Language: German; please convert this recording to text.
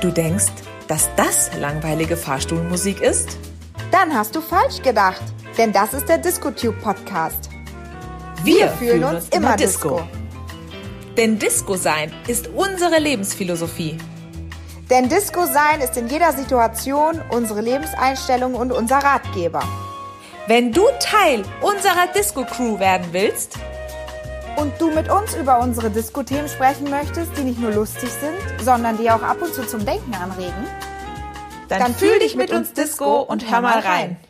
Du denkst, dass das langweilige Fahrstuhlmusik ist? Dann hast du falsch gedacht, denn das ist der DiscoTube Podcast. Wir, fühlen uns, immer Disco. Denn Disco sein ist unsere Lebensphilosophie. Denn Disco sein ist in jeder Situation unsere Lebenseinstellung und unser Ratgeber. Wenn du Teil unserer Disco Crew werden willst, Und du mit uns über unsere Disco-Themen sprechen möchtest, die nicht nur lustig sind, sondern die auch ab und zu zum Denken anregen? dann, fühl dich mit uns Disco und hör mal rein.